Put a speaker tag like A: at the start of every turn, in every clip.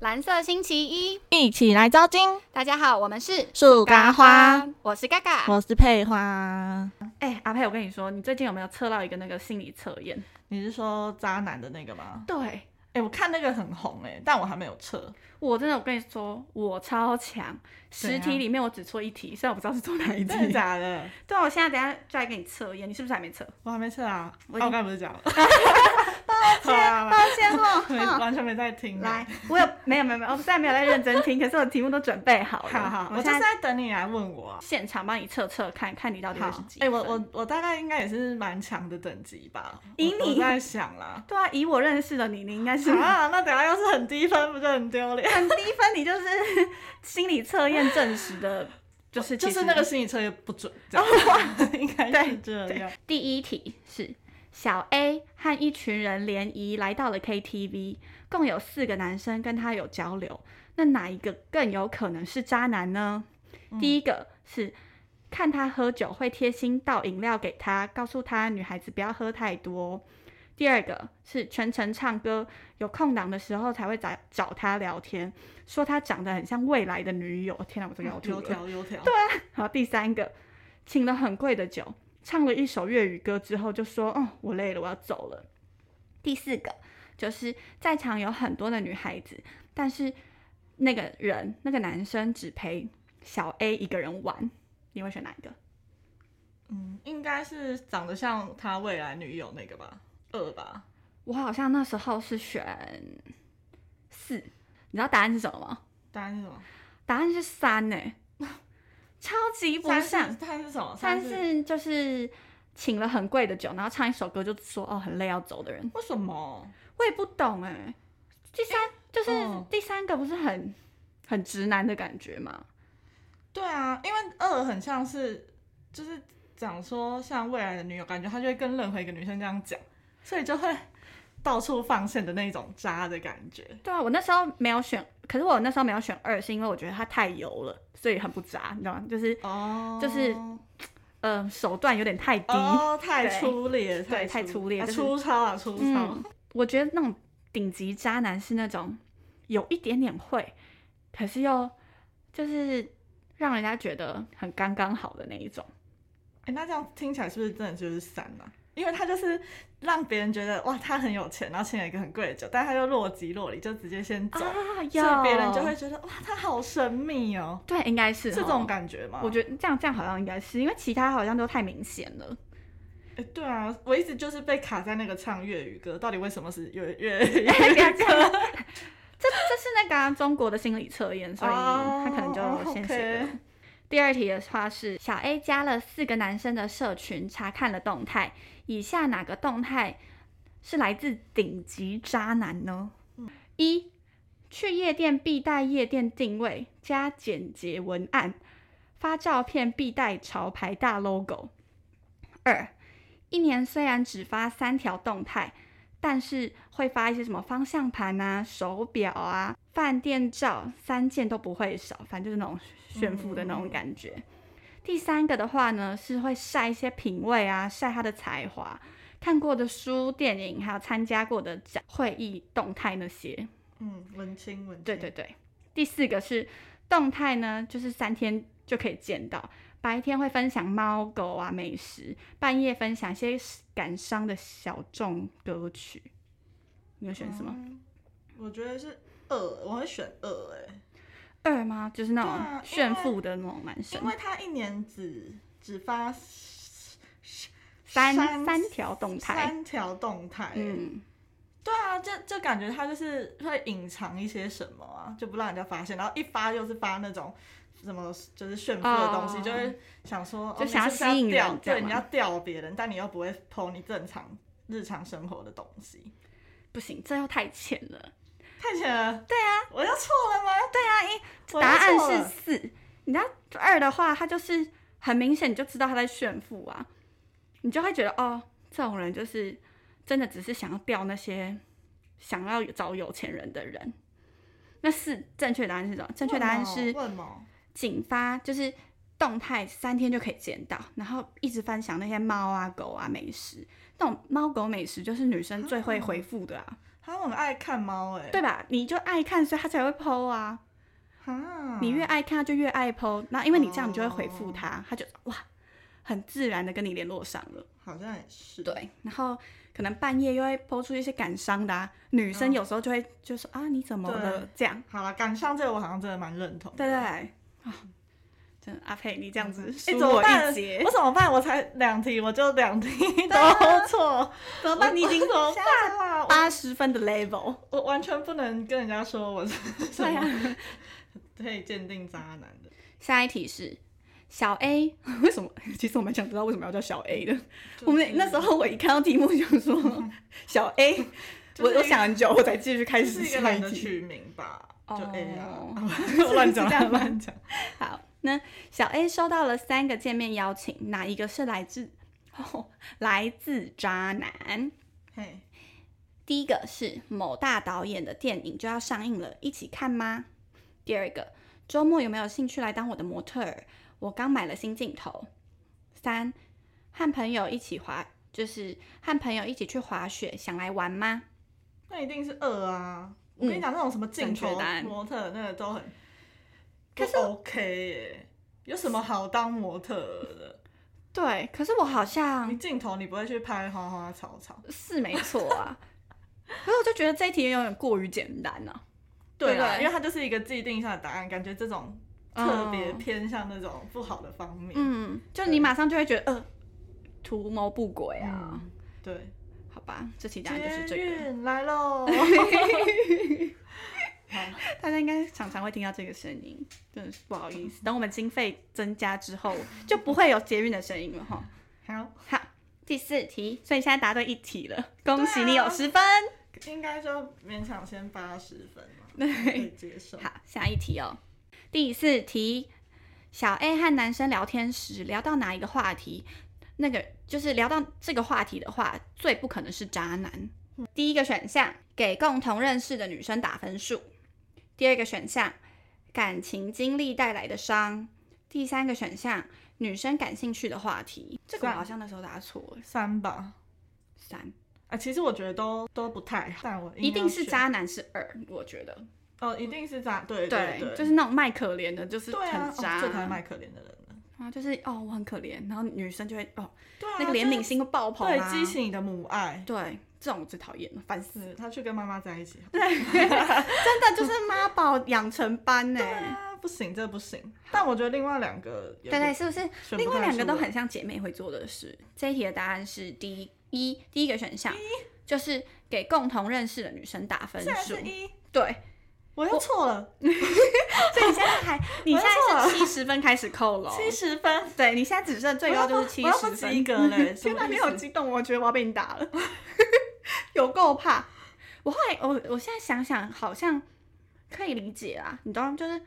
A: 蓝色星期一，
B: 一起来招金
A: 大家好，我们是
B: 树
A: 嘎
B: 咖花，，
A: 我是嘎嘎。
B: 我是佩花。
C: 哎、阿佩，我跟你说，你最近有没有测到一个那个心理测验？
B: 你是说渣男的那个吗？
C: 对
B: 哎、我看那个很红哎、但我还没有测。
C: 我真的，我跟你说，我超强，
B: 怎
C: 十
B: 样
C: 题里面我只错一题，虽然我不知道是错哪一
B: 真的
C: 题。
B: 假的？
C: 对啊，我现在等一下就来给你测验，你是不是还没测？
B: 我还没测啊！我
C: 我已经
B: 我刚才不是讲 了？好啊，
C: 抱歉 哦
B: 没
C: 嗯
B: 完全没在听。
C: 来，，我有没有没有没有，我现在没有在认真听，可是我题目都准备好了。
B: 好好，我就
C: 我现
B: 是
C: 在
B: 在等你来问我啊。
C: 现场帮你测测看看你到底会是
B: 好，
C: 啊几
B: 哎、
C: 分。
B: 我我我大概应该也是蛮强的等级吧。
C: 以
B: 我
C: 你
B: 我在想 啦。
C: 对啊，以我认识的你，你应该是
B: 啊，那等下要是很低分，不就很丢脸？
C: 很低分，你就是 心理测验证实的，就是
B: 哦就
C: 其
B: 是
C: 实哦
B: 那个心理测验不准，这样 应该是这样。
C: 第一题是小 A 和一群人联谊来到了 KTV，共有四个男生跟他有交流，那哪一个更有可能是渣男呢？第一个是看他喝酒会贴心倒饮料给他，告诉他女孩子不要喝太多。第二个是全程唱歌，有空档的时候才会找找他聊天，说他长得很像未来的女友。天哪，我这个要吐
B: 啊油
C: 了。
B: 条油条，对，
C: 好，第三个，请了很贵的酒，唱了一首粤语歌之后就说：“哦，我累了，我要走了。”第四个就是在场有很多的女孩子，但是那个人那个男生只陪小 A 一个人玩，你会选哪一个？
B: 嗯，应该是长得像他未来女友那个吧，二吧，
C: 我好像那时候是选四，你知道答案是什么吗？
B: 答案是什么？
C: 答案是三呢、 超级不
B: 三
C: 像
B: 是。三是什么？
C: 三
B: 是
C: 是就是请了很贵的酒，然后唱一首歌就说哦很累要走的人，
B: 为什么？
C: 我也不懂哎、第三、就是、
B: 嗯
C: 第三个不是很很直男的感觉吗？
B: 对啊，因为二很像是就是讲说像未来的女友，感觉他就会跟任何一个女生这样讲，所以就会到处放线的那种渣的感觉。
C: 对啊，我那时候没有选，可是我那时候没有选二，是因为我觉得他太油了，所以很不渣，你知道吗？就是
B: 哦
C: 就是嗯、呃手段有点太低。
B: 哦，太
C: 对
B: 粗劣，
C: 对太粗劣
B: 啊
C: 就是
B: 粗糙啊，粗糙。
C: 嗯我觉得那种顶级渣男是那种有一点点会，可是又就是让人家觉得很刚刚好的那一种。
B: 哎、那这样听起来是不是真的就是三啊？因为他就是让别人觉得哇，他很有钱，然后请了一个很贵的酒，但他又若即若离，就直接先走，
C: 啊，有
B: 所以别人就会觉得哇，他好神秘哦，
C: 对，应该是
B: 是这
C: 哦
B: 种感觉吗？
C: 我觉得这样这样好像应该是，因为其他好像都太明显了。
B: 哎对啊，我一直就是被卡在那个唱粤语歌，到底为什么是粤 粤语
C: 哎不要这
B: 歌？
C: 这这是那个啊、中国的心理测验，所以
B: 哦
C: 他可能就先写了。
B: OK
C: 第二题的话是小 A 加了四个男生的社群，查看了动态，以下哪个动态是来自顶级渣男呢？
B: 嗯
C: 一去夜店必带夜店定位加简洁文案，发照片必带潮牌大 logo。二一年虽然只发三条动态，但是会发一些什么方向盘啊、手表啊、饭店照，三件都不会少，反正就是那种炫富的那种感觉。第三个的话呢，是会晒一些品味啊，晒他的才华、看过的书、电影，还有参加过的展、会议、动态那些。
B: 嗯，文青文青，
C: 对对对，第四个是动态呢，就是三天就可以见到。白天会分享猫狗啊美食，半夜分享一些感伤的小众歌曲。你会选什么？
B: 嗯我觉得是二，我会选二哎、
C: 二吗？就是那
B: 对啊因
C: 种
B: 为
C: 炫富的那种男生
B: 因，为他一年只只发三
C: 三三条动态。
B: 三条动态。哎
C: 嗯，
B: 对啊，就就感觉他就是会隐藏一些什么啊，就不让人家发现，然后一发就是发那种什么就是炫富的东西，
C: 哦
B: 就会想说哦
C: 就想要
B: 要
C: 吸引人
B: 钓，
C: 这
B: 对，
C: 样吗
B: 你要钓别人，但你又不会剖你正常日常生活的东西。
C: 不行，这又太浅了。
B: 太浅了，对啊，我又错了吗？对啊，我又
C: 答案
B: 错
C: 是
B: 了
C: 四。你知道二的话，他就是很明显你就知道他在炫富啊，你就会觉得哦，这种人就是真的只是想要钓那些想要找有钱人的人。那四正确答案是什么？正确答案
B: 问
C: 是
B: 毛问毛，
C: 仅发，就是动态三天就可以见到，然后一直分享那些猫啊、狗啊美食。那种猫狗美食就是女生最会回复的啊，
B: 啊他很爱看猫哎、
C: 对吧？你就爱看，所以他才会 PO 啊。
B: 哈，
C: 你越爱看，他就越爱 PO。然后因为你这样，你就会回复
B: 哦
C: 他，他就哇，很自然的跟你联络上了。
B: 好像也是，
C: 对，然后可能半夜又会抛出一些感伤的、啊，女生
B: 嗯
C: 有时候就会就说、啊你怎么了
B: 对
C: 这样，
B: 好了，感伤这个我好像真的蛮认同的。
C: 对对对啊，真的阿佩你这样子
B: 哎、怎
C: 输
B: 么
C: 我
B: 办？
C: 一截，
B: 我怎么办？我才两题，我就两题
C: 啊
B: 都错，
C: 怎么办？你已 经
B: 怎么
C: 下
B: 办啦？我
C: 八十分的 level，
B: 我完全不能跟人家说我是什
C: 对
B: 么
C: 啊。
B: 可以鉴定渣男的。
C: 下一题是小 A，为 什么？其实我蛮想知道为什么要叫小 A 的。我们那时候我一看到题目就说 小 A，、
B: 嗯就是一
C: 我
B: 个
C: 我想很久，我才继续开
B: 就是
C: 始
B: 一个
C: 下
B: 懒
C: 一
B: 得
C: 题。
B: 取名吧，就
C: 哦
B: A 啊， 乱讲
C: 是这样吗
B: 乱讲。
C: 好，那小 A 收到了三个见面邀请，哪一个是来自、哦、来自渣男？
B: 嘿，
C: 第一个是某大导演的电影就要上映了，一起看吗？第二个，周末有没有兴趣来当我的模特儿？我刚买了新镜头。三，和朋友一起滑，就是和朋友一起去滑雪，想来玩吗？
B: 那一定是二啊！我跟你讲，那种什么镜
C: 正
B: 头
C: 确答案
B: 模特那个都 很，
C: 可
B: 是 OK 耶，有什么好当模特儿 的？
C: 对，可是我好
B: 你
C: 像
B: 镜头你不会去拍花花草草，
C: 是没错啊， 可是我就觉得这一题有点过于简单啊了、
B: 啦
C: 对对
B: 啊因为它就是一个既定下的答案，感觉这种特别
C: 嗯
B: 偏向那种不好的方面。
C: 嗯，就你马上就会觉得，呃，图谋不轨啊。
B: 嗯对，
C: 好吧，这题答案就是
B: 捷
C: 这个。
B: 运来喽！
C: 大家应该常常会听到这个声音，真的是不好意思。等我们经费增加之后，就不会有捷运的声音了哈。
B: 好，
C: 好，第四题，所以现在答对一题了，恭喜你
B: 对啊
C: 有十分。
B: 应该就勉强先八十分嘛，
C: 对
B: 可以接受。
C: 好，下一题哦。第四题，小 A 和男生聊天时聊到哪一个话题？那个就是聊到这个话题的话，最不可能是渣男。第一个选项给共同认识的女生打分数，第二个选项感情经历带来的伤，第三个选项女生感兴趣的话题。这个我
B: 三
C: 好像那时候答错了，
B: 三吧，
C: 三，
B: 啊，其实我觉得都都不太好，但我
C: 一定
B: 要
C: 是
B: 选
C: 渣男是二，我觉得
B: 哦，一定是渣，对对，
C: 就是那种卖可怜的，就是
B: 对啊，
C: 很
B: 哦
C: 渣，
B: 最讨厌卖可怜的人了。
C: 啊，就是哦，我很可怜，然后女生就会哦，
B: 对啊，
C: 那个怜悯心会爆棚、
B: 就是
C: 啊，
B: 对激起你的母爱。
C: 对，这种我最讨厌了，烦死了。
B: 是他去跟妈妈在一起，
C: 真的就是妈宝养成班呢、
B: 啊，不行，这不行。但我觉得另外两个也
C: 对
B: 不
C: 对，是不是？
B: 选不
C: 另外
B: 太
C: 两个
B: 出
C: 都
B: 来
C: 很像姐妹会做的事。这一题的答案是第一，一第一个选项就是给共同认识的女生打分
B: 竟然
C: 数
B: 是。一，
C: 对，
B: 我又错了
C: 所以你现在还，你现在是七十分开始扣了。
B: 七十分，
C: 对你现在只剩最高就是七
B: 哦我又不
C: 十分，
B: 及格 嘞什
C: 天
B: 么
C: 哪，
B: 意
C: 没有
B: 思
C: 激动，我觉得我要被你打了，有够怕。我后来我我现在想想，好像可以理解啊，你懂吗？就是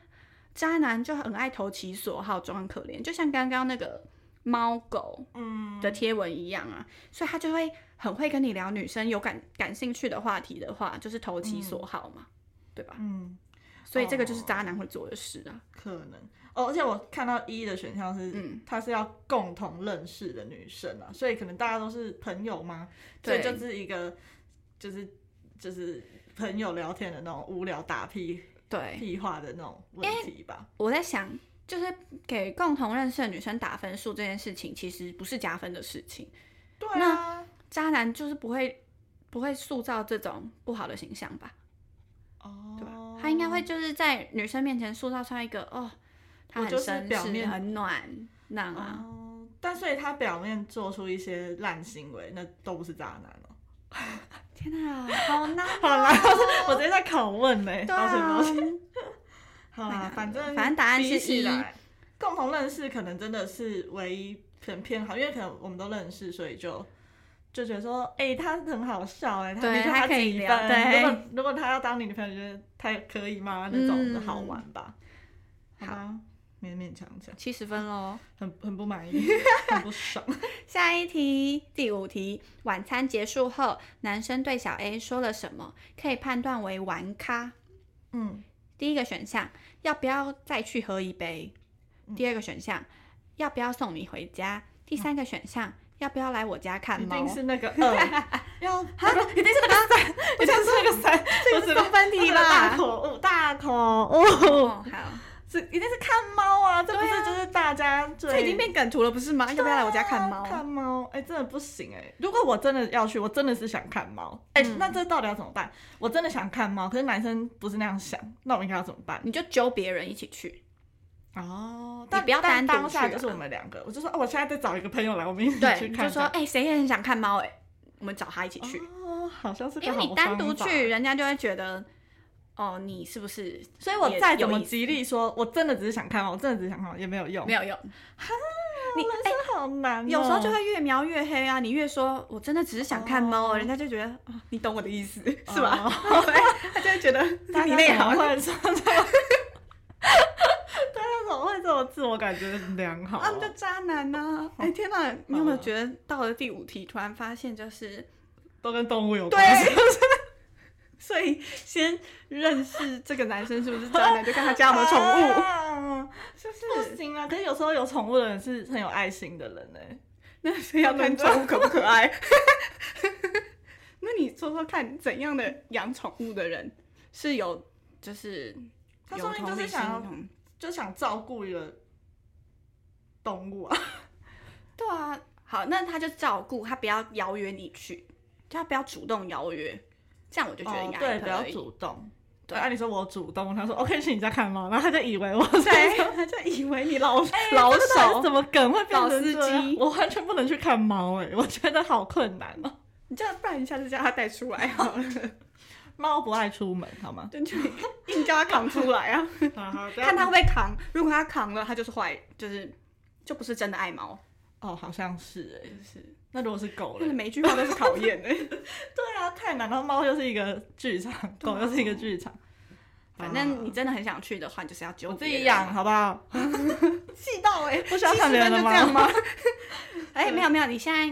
C: 渣男就很爱投其所好，装可怜，就像刚刚那个猫狗
B: 嗯，
C: 的贴文一样啊，所以他就会很会跟你聊女生有感感兴趣的话题的话，就是投其所好嘛，对吧？
B: 嗯，
C: 所以这个就是
B: 哦
C: 渣男会做的事啊。
B: 可能哦，而且我看到一的选项是，
C: 嗯
B: 他是要共同认识的女生啊，所以可能大家都是朋友嘛，所
C: 对
B: 以就是一个就是就是朋友聊天的那种无聊打屁
C: 对，
B: 屁话的那种问题吧。
C: 我在想，就是给共同认识的女生打分数这件事情，其实不是加分的事情。
B: 对啊，
C: 渣男就是不会不会塑造这种不好的形象吧？
B: 哦，
C: 对吧？他应该会就是在女生面前塑造出来一个哦，他
B: 我就
C: 很
B: 是
C: 绅
B: 表
C: 士、
B: 面
C: 很暖男啊。
B: 哦，但所以他表面做出一些烂行为，那都不是渣男哦。
C: 天哪，好难、哦！
B: 好啦，我直接在拷问嘞、
C: 对
B: 抱歉
C: 啊
B: 抱歉。，好
C: 太难
B: 啦
C: 了，
B: 反正
C: 反正答案
B: 比
C: 是
B: 起
C: 一
B: 来，共同认识可能真的是唯一很偏好，因为可能我们都认识，所以就就觉得说，哎、他很好笑哎、欸，
C: 对
B: 你看
C: 他
B: 他
C: 可以
B: 几
C: 聊
B: 分
C: 对
B: 如果如果他要当你女朋友，你觉得他可以吗？那种的
C: 嗯
B: 好玩吧，
C: 好
B: 好吧，勉勉强强，
C: 七十分喽。
B: 很很不满 意，很不爽。
C: 下一题，第五题，晚餐结束后，男生对小 A 说了什么，可以判断为玩咖。
B: 嗯，
C: 第一个选项要不要再去喝一杯？
B: 嗯
C: 第二个选项要不要送你回家？第三个选项要不要来我家看
B: 一
C: 猫？
B: 定是那个二，哦要啊，一定是那个伞，一定是那个伞，
D: 这
B: 我
D: 个
B: 只
D: 是
B: 能
D: 中分题
B: 大
D: 吧？
B: 口误，大口
D: 哦，
C: 哦，好，
B: 这一定是看猫啊，这不是就是大家
D: 这
B: 最
D: 已经变梗图了，不是吗？要不要来我家看猫
B: 对啊？看猫，哎、真的不行哎、如果我真的要去，我真的是想看猫，哎、那这到底要怎么办？我真的想看猫，可是男生不是那样想，那我应该要怎么办？
D: 你就揪别人一起去，
B: 哦，
C: 你不要
B: 但
C: 单独
B: 当下
C: 去
B: 就是
C: 啊
B: 我们两个，我就说哦，我现在再找一个朋友来，我们一起
D: 对，
B: 去
D: 你
B: 看。
D: 就说哎，谁也很想看猫哎，我们找他一起去，
B: 哦，好像是个
D: 因为
B: 好
D: 你单独
B: 方法
D: 去，，人家就会觉得哦，你是不是？
B: 所以我再怎么
D: 也有意思
B: 极力说，我真的只是想看猫，我真的只是想看猫，也没有用。
D: 没
B: 有，
D: 有用， 哎
B: 你男生好难哦、
D: 有时候就会越描越黑啊。你越说我真的只是想看猫，
B: 哦
D: 人家就觉得哦你懂我的意思是
B: 哦
D: 吧？ 他就会觉得
B: 大
D: 你
B: 家
D: 内
B: 怎么
D: 行。
B: 会说这么？大家怎么会这么自我感觉良好、啊？
D: 他们就渣男呐、哎、天哪，你有没有觉得到了第五题，突然发现就是
B: 都跟动物有关系。
D: 对， 所以先认识这个男生是不是渣男，就看他家有没有宠物。
B: 物？就是不行啊！可是有时候有宠物的人是很有爱心的人呢、欸
D: 那所以要看宠物可不可爱。 那你说说看，怎样的养宠物的人是有就是
B: 他
D: 有
B: 说不定
D: 同
B: 就是
D: 理心
B: 想要
D: 同
B: 就想照顾一个动物啊。
D: 对啊，好，那他就照顾他，不要邀约你去，就他不要主动邀约，这样我就觉得应该还
B: 哦对，
D: 可
B: 不要
D: 以
B: 主动。
D: 对
B: 对，按、啊、你说我主动，他说 OK 去你家看猫，然后他就以为我是
D: 对，哎他就以为你老、
B: 老
D: 老
B: 手，
D: 手
B: 怎，么梗会变成这
D: 老司
B: 样
D: 机
B: 我完全不能去看猫哎、我觉得好困难哦、
D: 你这样不然你下次叫他带出来好了，
B: 猫不爱出门好吗？
D: 就你硬叫他扛出来 啊，看
B: 看
D: 他会不会扛。如果他扛了，他就是坏，就是就不是真的爱猫，
B: 哦，好像是哎、
D: 就是
B: 那如果是狗
D: 他的
B: 嘞？
D: 每一句话都是考验 哎、
B: 对啊，太难了。猫又是一个剧场，狗又是一个剧 场。
D: 反正你真的很想去的话，你就是要揪
B: 我自
D: 别
B: 己
D: 人
B: 养，好不好？
D: 气到 哎、欸，不
B: 需要看别人的
D: 就
B: 猫
D: 这样吗？ 哎、没有没有，你 现在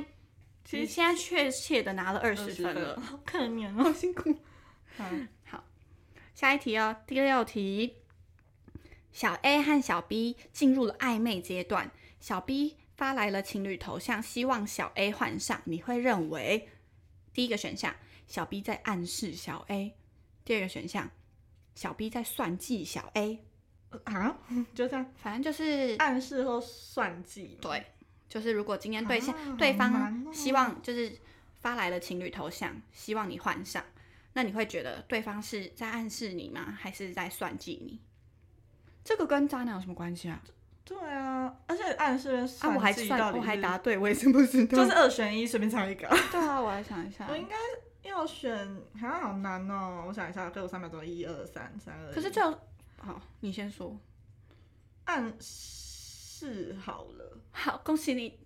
D: 你现在确切的拿了二十
B: 20
D: 分了，
B: 好可怜哦，辛苦。
C: 下一题哦，第六题，小 A 和小 B 进入了暧昧阶段，小 B 发来了情侣头像，希望小 A 换上。你会认为第一个选项，小 B 在暗示小 A；第二个选项，小 B 在算计小 A。
B: 啊，就这样
C: 反正就是
B: 暗示或算计嘛。
C: 对，就是如果今天对象、
B: 啊
C: 对
B: 好难哦
C: 方希望就是发来了情侣头像，希望你换上，那你会觉得对方是在暗示你吗？还是在算计你？这个跟渣男有什么关系啊？
B: 对啊，而且暗示跟
C: 啊，我还
B: 算计到
C: 算，
B: 底
C: 我还
B: 是
C: 答对，我也是不知道。
B: 就是二选一，随便猜一个。
C: 对啊，我来想一下
B: 我。应该要选，好像好难哦。我想一下，给我三秒钟，一二三，三二。
C: 可是就好，你先说。
B: 暗示好了，
C: 好，恭喜你，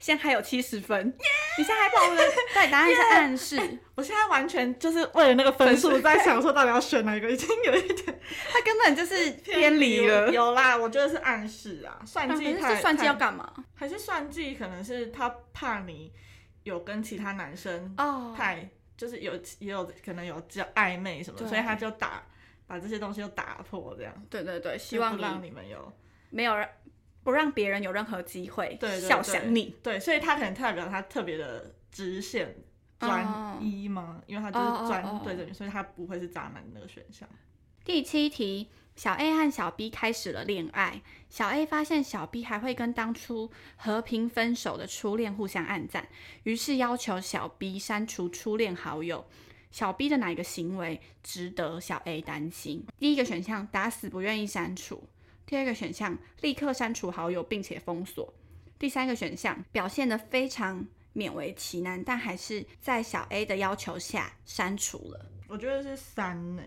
C: 现在还有七十分你现在还把 我的对答案是暗示
B: 我现在完全就是为了那个分数在想说到底要选哪一个，已经有一点。
C: 他根本就是偏离了。
B: 有啦，我觉得是暗示啊，算
C: 啊可
B: 计
C: 是
B: 太、
C: 这算计要
B: 太
C: 干嘛？
B: 还是算计，可能是他怕你有跟其他男生
C: 哦，
B: 太、就是有也有可能有叫暧昧什么的，
C: 对
B: 所以他就打把这些东西都打破，这样
C: 对对对，希
B: 就
C: 望
B: 不
C: 你
B: 让你们有
C: 没有让不让别人有任何机会
B: 对对对
C: 笑想你。
B: 对，所以他可能代表他特别的直线专一嘛，因为他就是
C: 哦哦哦
B: 专对着你，所以他不会是渣男那个选项。
C: 第七题，小 A 和小 B 开始了恋爱，小 A 发现小 B 还会跟当初和平分手的初恋互相暗赞，于是要求小 B 删除初恋好友。小 B 的哪一个行为值得小 A 担心？第一个选项打死不愿意删除，第二个选项立刻删除好友并且封锁，第三个选项表现得非常勉为其难，但还是在小 A 的要求下删除了。
B: 我觉得是三呢、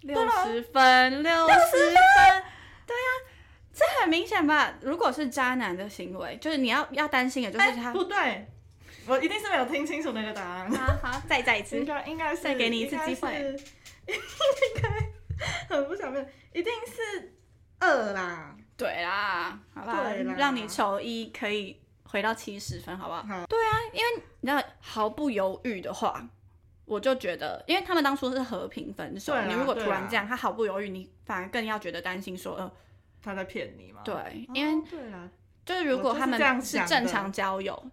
D: 六十分，
B: 啊
D: 六十分，
C: 啊
D: 这很明显吧？
C: 如果是渣男的行为，就是你要要担心的，就是
B: 哎、
C: 他。
B: 不对，我一定是没有听清楚那个答案。
C: 好好，再再一次
B: 应，该应该是
C: 再给你一次机会
B: 应该是应该很不想变，一定是二啦。
C: 对啦，好吧
B: 对啦，
C: 让你求一可以回到七十分，好不好？
B: 好
C: 对啊，因为你知道毫不犹豫的话，我就觉得，因为他们当初是和平分手
B: 对，啦
C: 你如果
B: 对啊
C: 突然
B: 啦
C: 这样，他毫不犹豫，你反而更要觉得担心说，呃，
B: 他在骗你吗？哦，
C: 对，因为
B: 对啦，
C: 就是如
B: 哦
C: 果
B: 我就是
C: 他们
B: 这样
C: 是
B: 想的
C: 正常交友，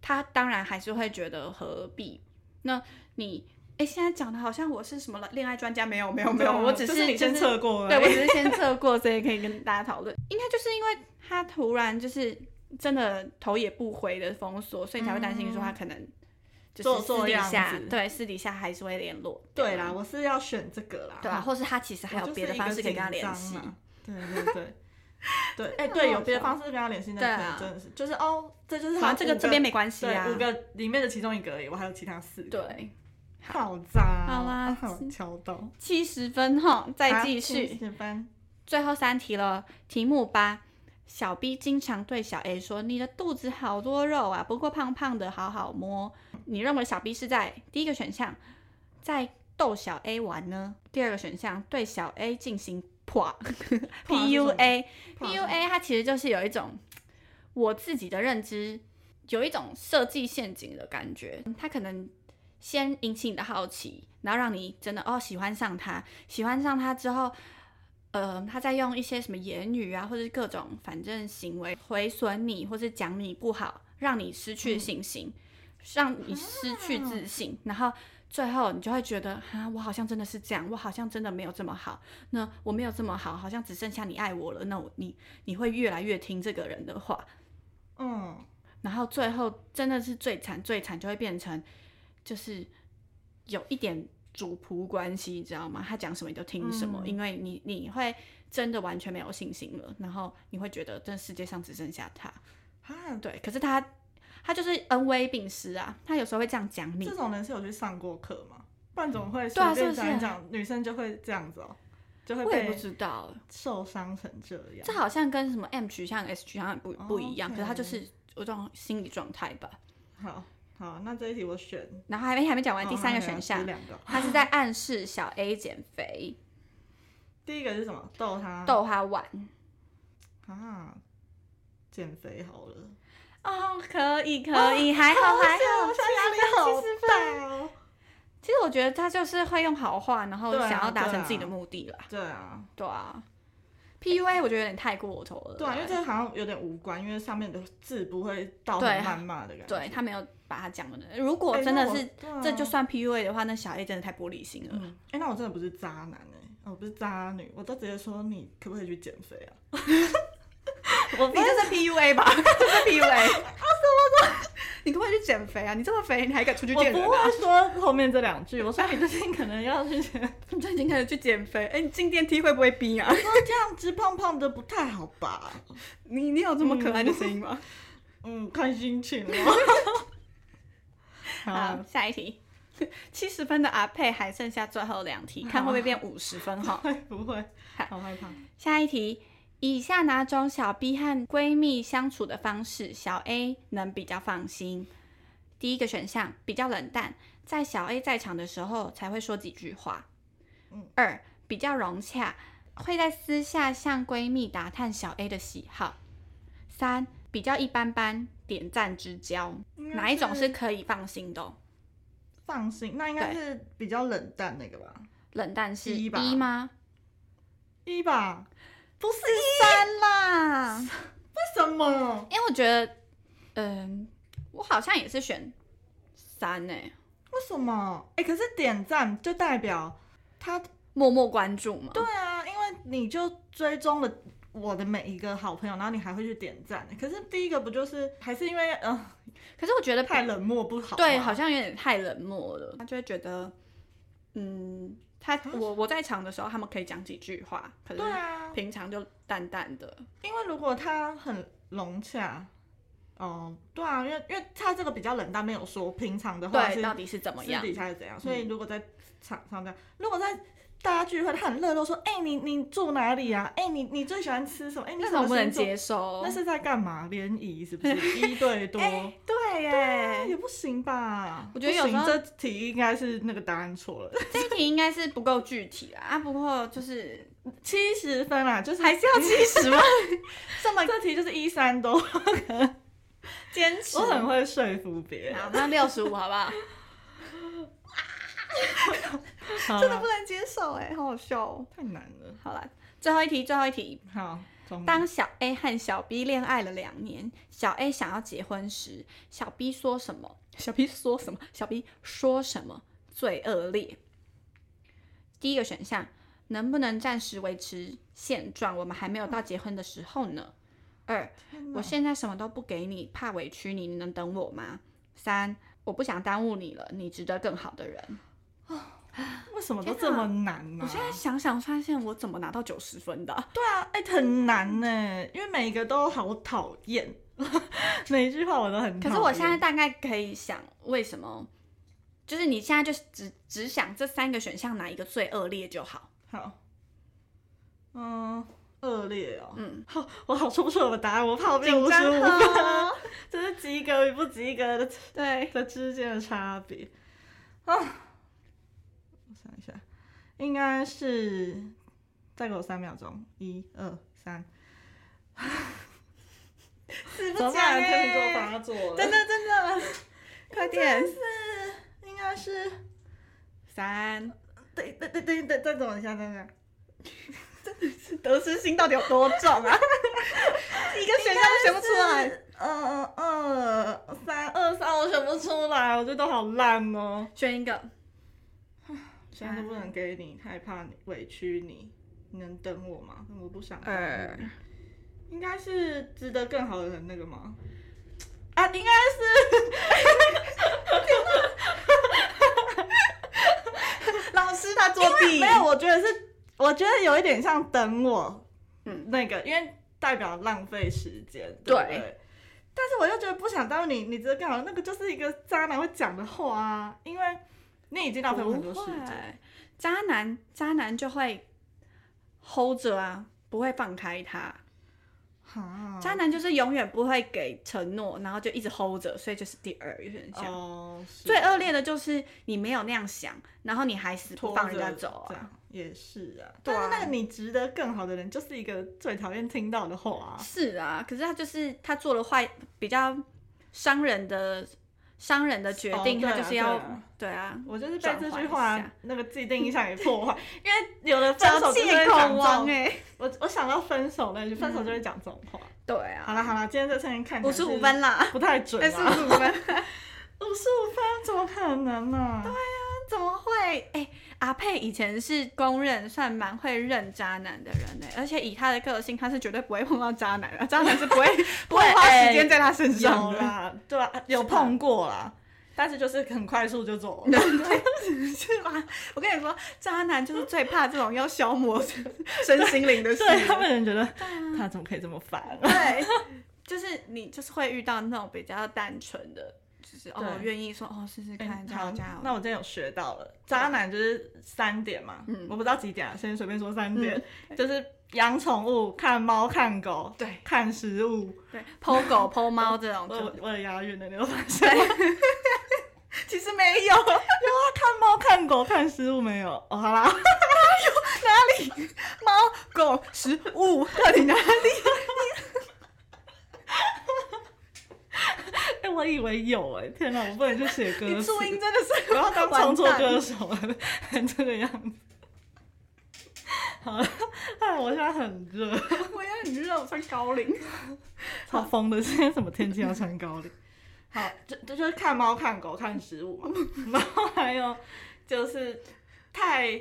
C: 他当然还是会觉得何必？那你哎，现在讲的好像我是什么恋爱专家，没有没哦有没有，
B: 对啊
C: 我只
B: 就是你先
C: 就是
B: 测过
C: 对
B: 而已
C: 我只是先测过，所以可以跟大家讨论。应该就是因为他突然就是真的头也不回的封锁，所以才会担心说他可能就
B: 嗯做
C: 是私
B: 做
C: 底
B: 样
C: 下
B: 子
C: 对私底下还是会联络。
B: 对啦，，我是要选这个啦。
E: 对啊，或是他其实还
B: 我
E: 有
B: 就是
E: 别的方式可以跟他
B: 一个
E: 联
B: 紧
E: 系
B: 张。啊
C: 啊
B: 嘛。对对 对。对，哎、对，有别的方式跟他联系，那
C: 对
B: 可
C: 啊
B: 能真的是，就是哦，这就是他
C: 反正这个
B: 五
C: 这边没关系
B: 对、
C: 啊。
B: 五个里面的其中一个而已，我还有其他四个，，
C: 对，
B: 好渣、
C: 好啦
B: 啊好敲到，
C: 七十分哈，再继续。
B: 十分，
C: 最后三题了，题目八。小 B 经常对小 A 说：“你的肚子好多肉啊，不过胖胖的，好好摸。”你认为小 B 是在第一个选项在逗小 A 玩呢？第二个选项对小 A 进行 破 PUA。PUA 它其实就是有一种我自己的认知，有一种设计陷阱的感觉。它可能先引起你的好奇，然后让你真的哦喜欢上他，喜欢上他之后，呃，他再用一些什么言语啊，或者是各种反正行为回损你，或是讲你不好，让你失去信心，让你失去自信，然后。最后，你就会觉得啊，我好像真的是这样，我好像真的没有这么好。那我没有这么好，好像只剩下你爱我了。那我你你会越来越听这个人的话，
B: 嗯，
C: 然后最后真的是最惨最惨，就会变成就是有一点主仆关系，你知道吗？他讲什么你就听什么，
B: 嗯
C: 因为你你会真的完全没有信心了，然后你会觉得这世界上只剩下他。嗯
B: 啊，
C: 对，可是他他就是恩威并施啊，他有时候会这样讲你
B: 这。种人是有去上过课吗？不然怎么会
C: 对啊
B: 随便
C: 是不
B: 讲
C: 是
B: 一讲，女生就会这样子哦，就会
C: 我也不
B: 被
C: 知道，
B: 受伤成这样
C: 这。好像跟什么 M 取向、S 取向不不一样，可是他就
B: 哦 OK
C: 是有种心理状态吧。
B: 好好，那这一题我选
C: 然后还没还没讲完第
B: 哦
C: 三个
B: 还有
C: 选项，
B: 两个，
C: 他是在暗示小 A 减肥，
B: 第一个是什么？逗他
C: 逗他玩。
B: 啊，减肥好了。
C: 哦，可以可以，还好还好。
B: 我现在压力好大哦。
C: 其实我觉得他就是会用好话，然后
B: 对啊
C: 想要达
B: 对
C: 成
B: 啊
C: 自己的目的啦。
B: 对啊，
C: 对啊，PUA 我觉得有点太过头了啦。
B: 对啊，因为这个好像有点无关，因为上面的字不会到很
C: 对
B: 谩骂的感觉。
C: 对他没有把他讲的，如果
B: 哎
C: 真
B: 那
C: 的
B: 我
C: 是
B: 对啊
C: 这就算 PUA 的话，那小 A 真的太玻璃心了。
B: 嗯，哎、那我真的不是渣男哎、哦我不是渣女，我都直接说你可不可以去减肥 啊？
C: 我 你这是 PUA 吧？这是 PUA。啊什么你可不可以去减肥啊？你这么肥，你还敢出去
B: 我
C: 见
B: 不
C: 人啊？
B: 会说后面这两句，我说你最近可能要去 减，
C: 你最近开始去减肥，哎、你进电梯会不会逼啊？
B: 说这样子胖胖的不太好吧？
C: 你你有这么可爱的声音吗？
B: 嗯，看心情了。 好
C: 好，
B: 啊，
C: 下一题， 七十分的阿佩还剩下最后两题，
B: 啊
C: 看会不会变五十分哈。
B: 会 不会？
C: 好
B: 好害怕。
C: 下一题，以下哪种小 B 和闺蜜相处的方式，小 A 能比较放心？第一个选项比较冷淡，在小 A 在场的时候才会说几句话。
B: 嗯
C: 二比较融洽，会在私下向闺蜜打探小 A 的喜好。三比较一般般，点赞之交， 哪一种是可以放心的哦、
B: 放心？那应该是比较冷淡那个吧？
C: 冷淡是
B: 一吧
C: 一吗？
B: 一吧？不是
C: 三
B: 啊
C: 啦，
B: 为什么？
C: 因为我觉得，嗯、我好像也是选三欸呢、
B: 为什么？哎、可是点赞就代表他
C: 默默关注嘛。
B: 对啊，因为你就追踪了我的每一个好朋友，然后你还会去点赞。可是第一个不就是还是因为呃
C: 可是我觉得
B: 太冷漠不好吗？
C: 对，好像有点太冷漠了，他就会觉得，嗯，他
B: 啊
C: 我我在场的时候，他们可以讲几句话，可是
B: 对啊，
C: 平常就淡淡的。
B: 因为如果他很融洽，哦、对啊，因为因为他这个比较冷淡，没有说平常的话
C: 对，
B: 是
C: 到底是怎么
B: 私
C: 样？嗯
B: 底下是怎样，所以如果在场上这样，如果在大家聚会，他很热络说，哎、你你住哪里啊？哎、你你最喜欢吃什么？哎、你
C: 那
B: 什
C: 种
B: 么
C: 不能
B: 星座？
C: 接受。
B: 那是在干嘛？联谊是不是一对 多？
C: 对
B: 哎
C: 耶，
B: 也不行吧？
C: 我觉得有
B: 不行
C: 时
B: 这
C: 候
B: 题应该是那个答案错 了，
C: 这一题应该是不够具体啊。啊，不过就是
B: 七十分啦，就是
C: 啊还是要 七十吗？
B: 这么这题就是一三都， 我
C: 坚持。
B: 很会说服别人，
C: 好，啊那六十五好不好？
B: 真
C: 能接受哎、好好笑、哦。哎
B: 太难了。
C: 哦好了，最后一题，最后一题，
B: 好，终于
C: 当小 A 和小 B 恋爱了两年，小 A 想要结婚时，小 B 说什么？小 B 说什么？小 B 说什么最恶劣？第一个选项，能不能暂时维持现状？我们还没有到结婚的时候呢。二，
B: 天哪
C: 我现在什么都不给你，怕委屈你，你能等我吗？三，我不想耽误你了，你值得更好的人。
B: 为什么都这么难啊呢、
C: 我现在想想，发现我怎么拿到九十分的啊、
B: 对啊，哎、很难呢、因为每一个都好讨厌， 每一句话我都很讨厌。
C: 可是我现在大概可以想，为什么？就是你现在就只只想这三个选项哪一个最恶劣就好。
B: 好，嗯，恶劣哦，
C: 嗯，
B: 好，我好说不出我的答案，我怕我变五十五分，
C: 哦
B: 这是及格与不及格的
C: 对，
B: 的之间的差别啊。我想一下，应该是再给我三秒钟，一二三。
C: 死
B: 怎么办？天秤座发作了，
C: 真的真的，快点，
B: 应该是
C: 三，
B: 等等等等等，再等我一下，等一下。
C: 得失心到底有多重 啊？一个选项都选不出来。
B: 嗯嗯二三二三，我选不出来，我觉得都好烂哦。
C: 选一个，
B: 现在都不能给你，害怕你委屈你，你能等我吗？我不想等
C: 二
B: 你。应该是值得更好的人那个吗？啊，应该是
C: 老师他作弊
B: 没有，我觉得是，我觉得有一点像等我，
C: 嗯
B: 嗯，那个，因为代表浪费时间，对不
C: 对
B: 对但是我又觉得不想耽误你，你值得更好，那个就是一个渣男会讲的话啊，因为你已经浪费我很多
C: 不
B: 时
C: 会
B: 间。，
C: 渣男渣男就会 hold 着啊，不会放开他。
B: 哈
C: 渣男就是永远不会给承诺，然后就一直 hold 着，所以就是第二个选项。
B: 哦，是
C: 最恶劣的就是你没有那样想，然后你还死不放人家走
B: 这
C: 啊！
B: 样也是啊。
C: 对
B: 但
C: 啊
B: 是那个你值得更好的人，就是一个最讨厌听到的话、啊。
C: 是啊，可是他就是他做了坏比较伤人的伤人的决定，
B: 哦对啊
C: 他就是要
B: 对啊
C: 对啊，
B: 我就是被
C: 转
B: 这句
C: 换一
B: 话
C: 下
B: 那个既定印象给破 坏，因为有的分手就
C: 借
B: 会讲
C: 口
B: 这
C: 王
B: 种。
C: 哎、
B: 我我想到分手那句，分手就会讲这种话。
C: 对
B: 好
C: 嗯啊，
B: 了好了，今天这测验看起
C: 五
B: 来是
C: 十五分啊啦，
B: 不太准
C: 但是
B: 啊，
C: 五 分，
B: 五十五分怎么可能呢、
C: 啊
B: 对，
C: 怎么会？哎、阿佩以前是公认算蛮会认渣男的人呢、而且以他的个性，他是绝对不会碰到渣男的，渣男是 不会不会花时间在他身上
B: 有
C: 的。
B: 啦，对啊，有碰过啦，但是就是很快速就走 了。
C: 是吧？我跟你说，渣男就是最怕这种要消磨 身心灵的事。
B: 对他们人觉得
C: 啊
B: 他怎么可以这么烦？啊
C: 对，就是你就是会遇到那种比较单纯的，就是哦
B: 对哎
C: 愿意说哦试试看，加
B: 好，
C: 油啊加油。
B: 那我今天有学到了，渣男就是三点嘛，
C: 嗯
B: 我不知道几点啊，先随便说三点， 就是养宠物、看猫、看狗、
C: 对
B: 看食物，
C: 对剖狗剖猫这种
B: 我有
C: 就，
B: 我有押韵的，你有发现吗？
C: 其实没有，
B: 看猫、看狗、看食物没有？哦，好啦，
C: 猫狗食物到底哪里？
B: 哎、 我以为有哎、天哪，我不能去写歌
C: 你
B: 词，
C: 注音真的是
B: 我要当
C: 完
B: 创作
C: 蛋
B: 歌手了，还 这个样子。好了，哎，我现在很热，
C: 我也很热，我穿高领。
B: 超疯的，今天什么天气要穿高领？好，这这就是看猫、看狗、看食物嘛，然后还有就是太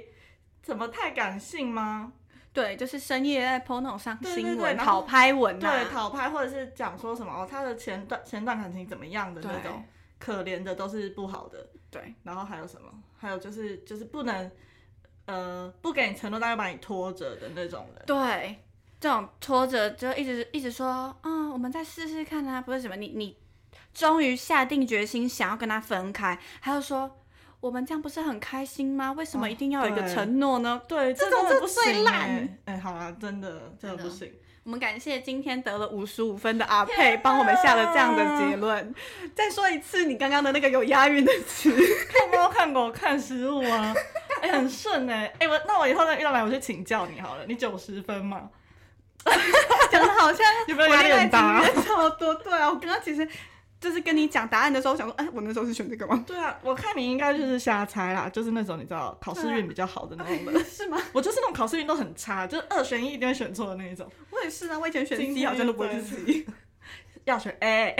B: 怎么太感性吗？
C: 对，就是深夜在 PO 那种上
B: 对对
C: 新
B: 对
C: 闻、
B: 然后
C: 讨拍文啊呐、
B: 对，讨拍或者是讲说什么哦，他的前段前段感情怎么样的那
C: 对
B: 种，可怜的都是不好的。
C: 对
B: 然后还有什么？还有就是就是不能呃不给你承诺，但又把你拖着的那种人。
C: 对，这种拖着就一直一直说啊、我们再试试看啊，不是什么，你你终于下定决心想要跟他分开，他就说我们这样不是很开心吗？为什么
B: 哦
C: 一定要有一个
B: 对
C: 承诺呢？
B: 对，
C: 这
B: 真
C: 种
B: 的
C: 是
B: 不
C: 最
B: 行
C: 烂
B: 欸。哎、好啦，真的真的
C: 真
B: 不
C: 的
B: 行。
C: 我们感谢今天得了五十五分的阿佩，帮我们下了这样的结论。 再说一次，你刚刚的那个有押韵的词，
B: 看猫看狗看食物啊， 哎、很顺哎、哎、我那我以后再遇到来，我就请教你好了。你九十分吗？
C: 讲的好像
B: 有没有压力很大啊
C: 我恋爱经验差不多。对啊，我刚刚其实就是跟你讲答案的时候，我想说，哎、我那时候是选这个吗？
B: 对啊，我看你应该就是瞎猜啦，就是那种你知道考试运比较好的那种人。
C: 哦是吗？
B: 我就是那种考试运都很差，就是二选一一定会选错的那一种。
C: 我也是啊，我以前选
B: 今
C: C
B: 天
C: 好像都不会是 C。
B: 要选 A，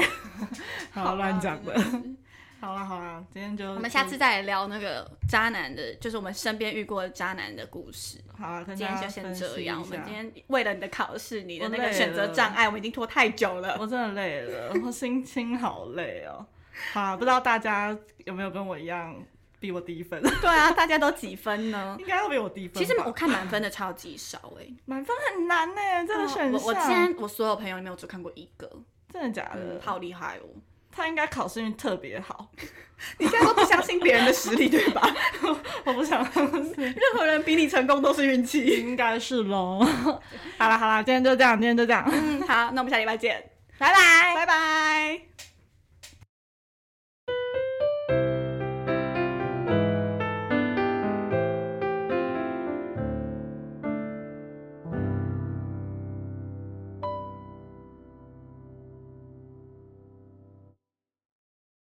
B: 好乱讲的 好
C: 好。啦
B: 啦好啦，今天就
C: 我们下次再来聊那个渣男的，就是我们身边遇过的渣男的故事。
B: 好啊，跟
C: 今天
B: 大家
C: 就先
B: 分析
C: 这
B: 一
C: 样。我们
B: 下
C: 今天为了你的考试，你的那
B: 我
C: 个
B: 累
C: 选
B: 了
C: 择障碍，我们已经拖太久了。
B: 我真的累了，我心情好累哦。好啊，不知道大家有没有跟我一样比我低分？
C: 对啊，大家都几分 呢？
B: 应该要比我低分吧。
C: 其实我看满分的超级少哎、
B: 满分很难呢、这个选项。
C: 哦我我今天我所有朋友里面，我只看过一个，
B: 真的假的？
C: 好厉害哦！
B: 他应该考试运特别好，
C: 你现在都不相信别人的实力对 吧？
B: 我不 想
C: 任何人比你成功都是运气。
B: 应该是喽。好啦好啦，今天就这样，今天就这样。
C: 嗯，好，那我们下礼拜见，拜拜，拜拜。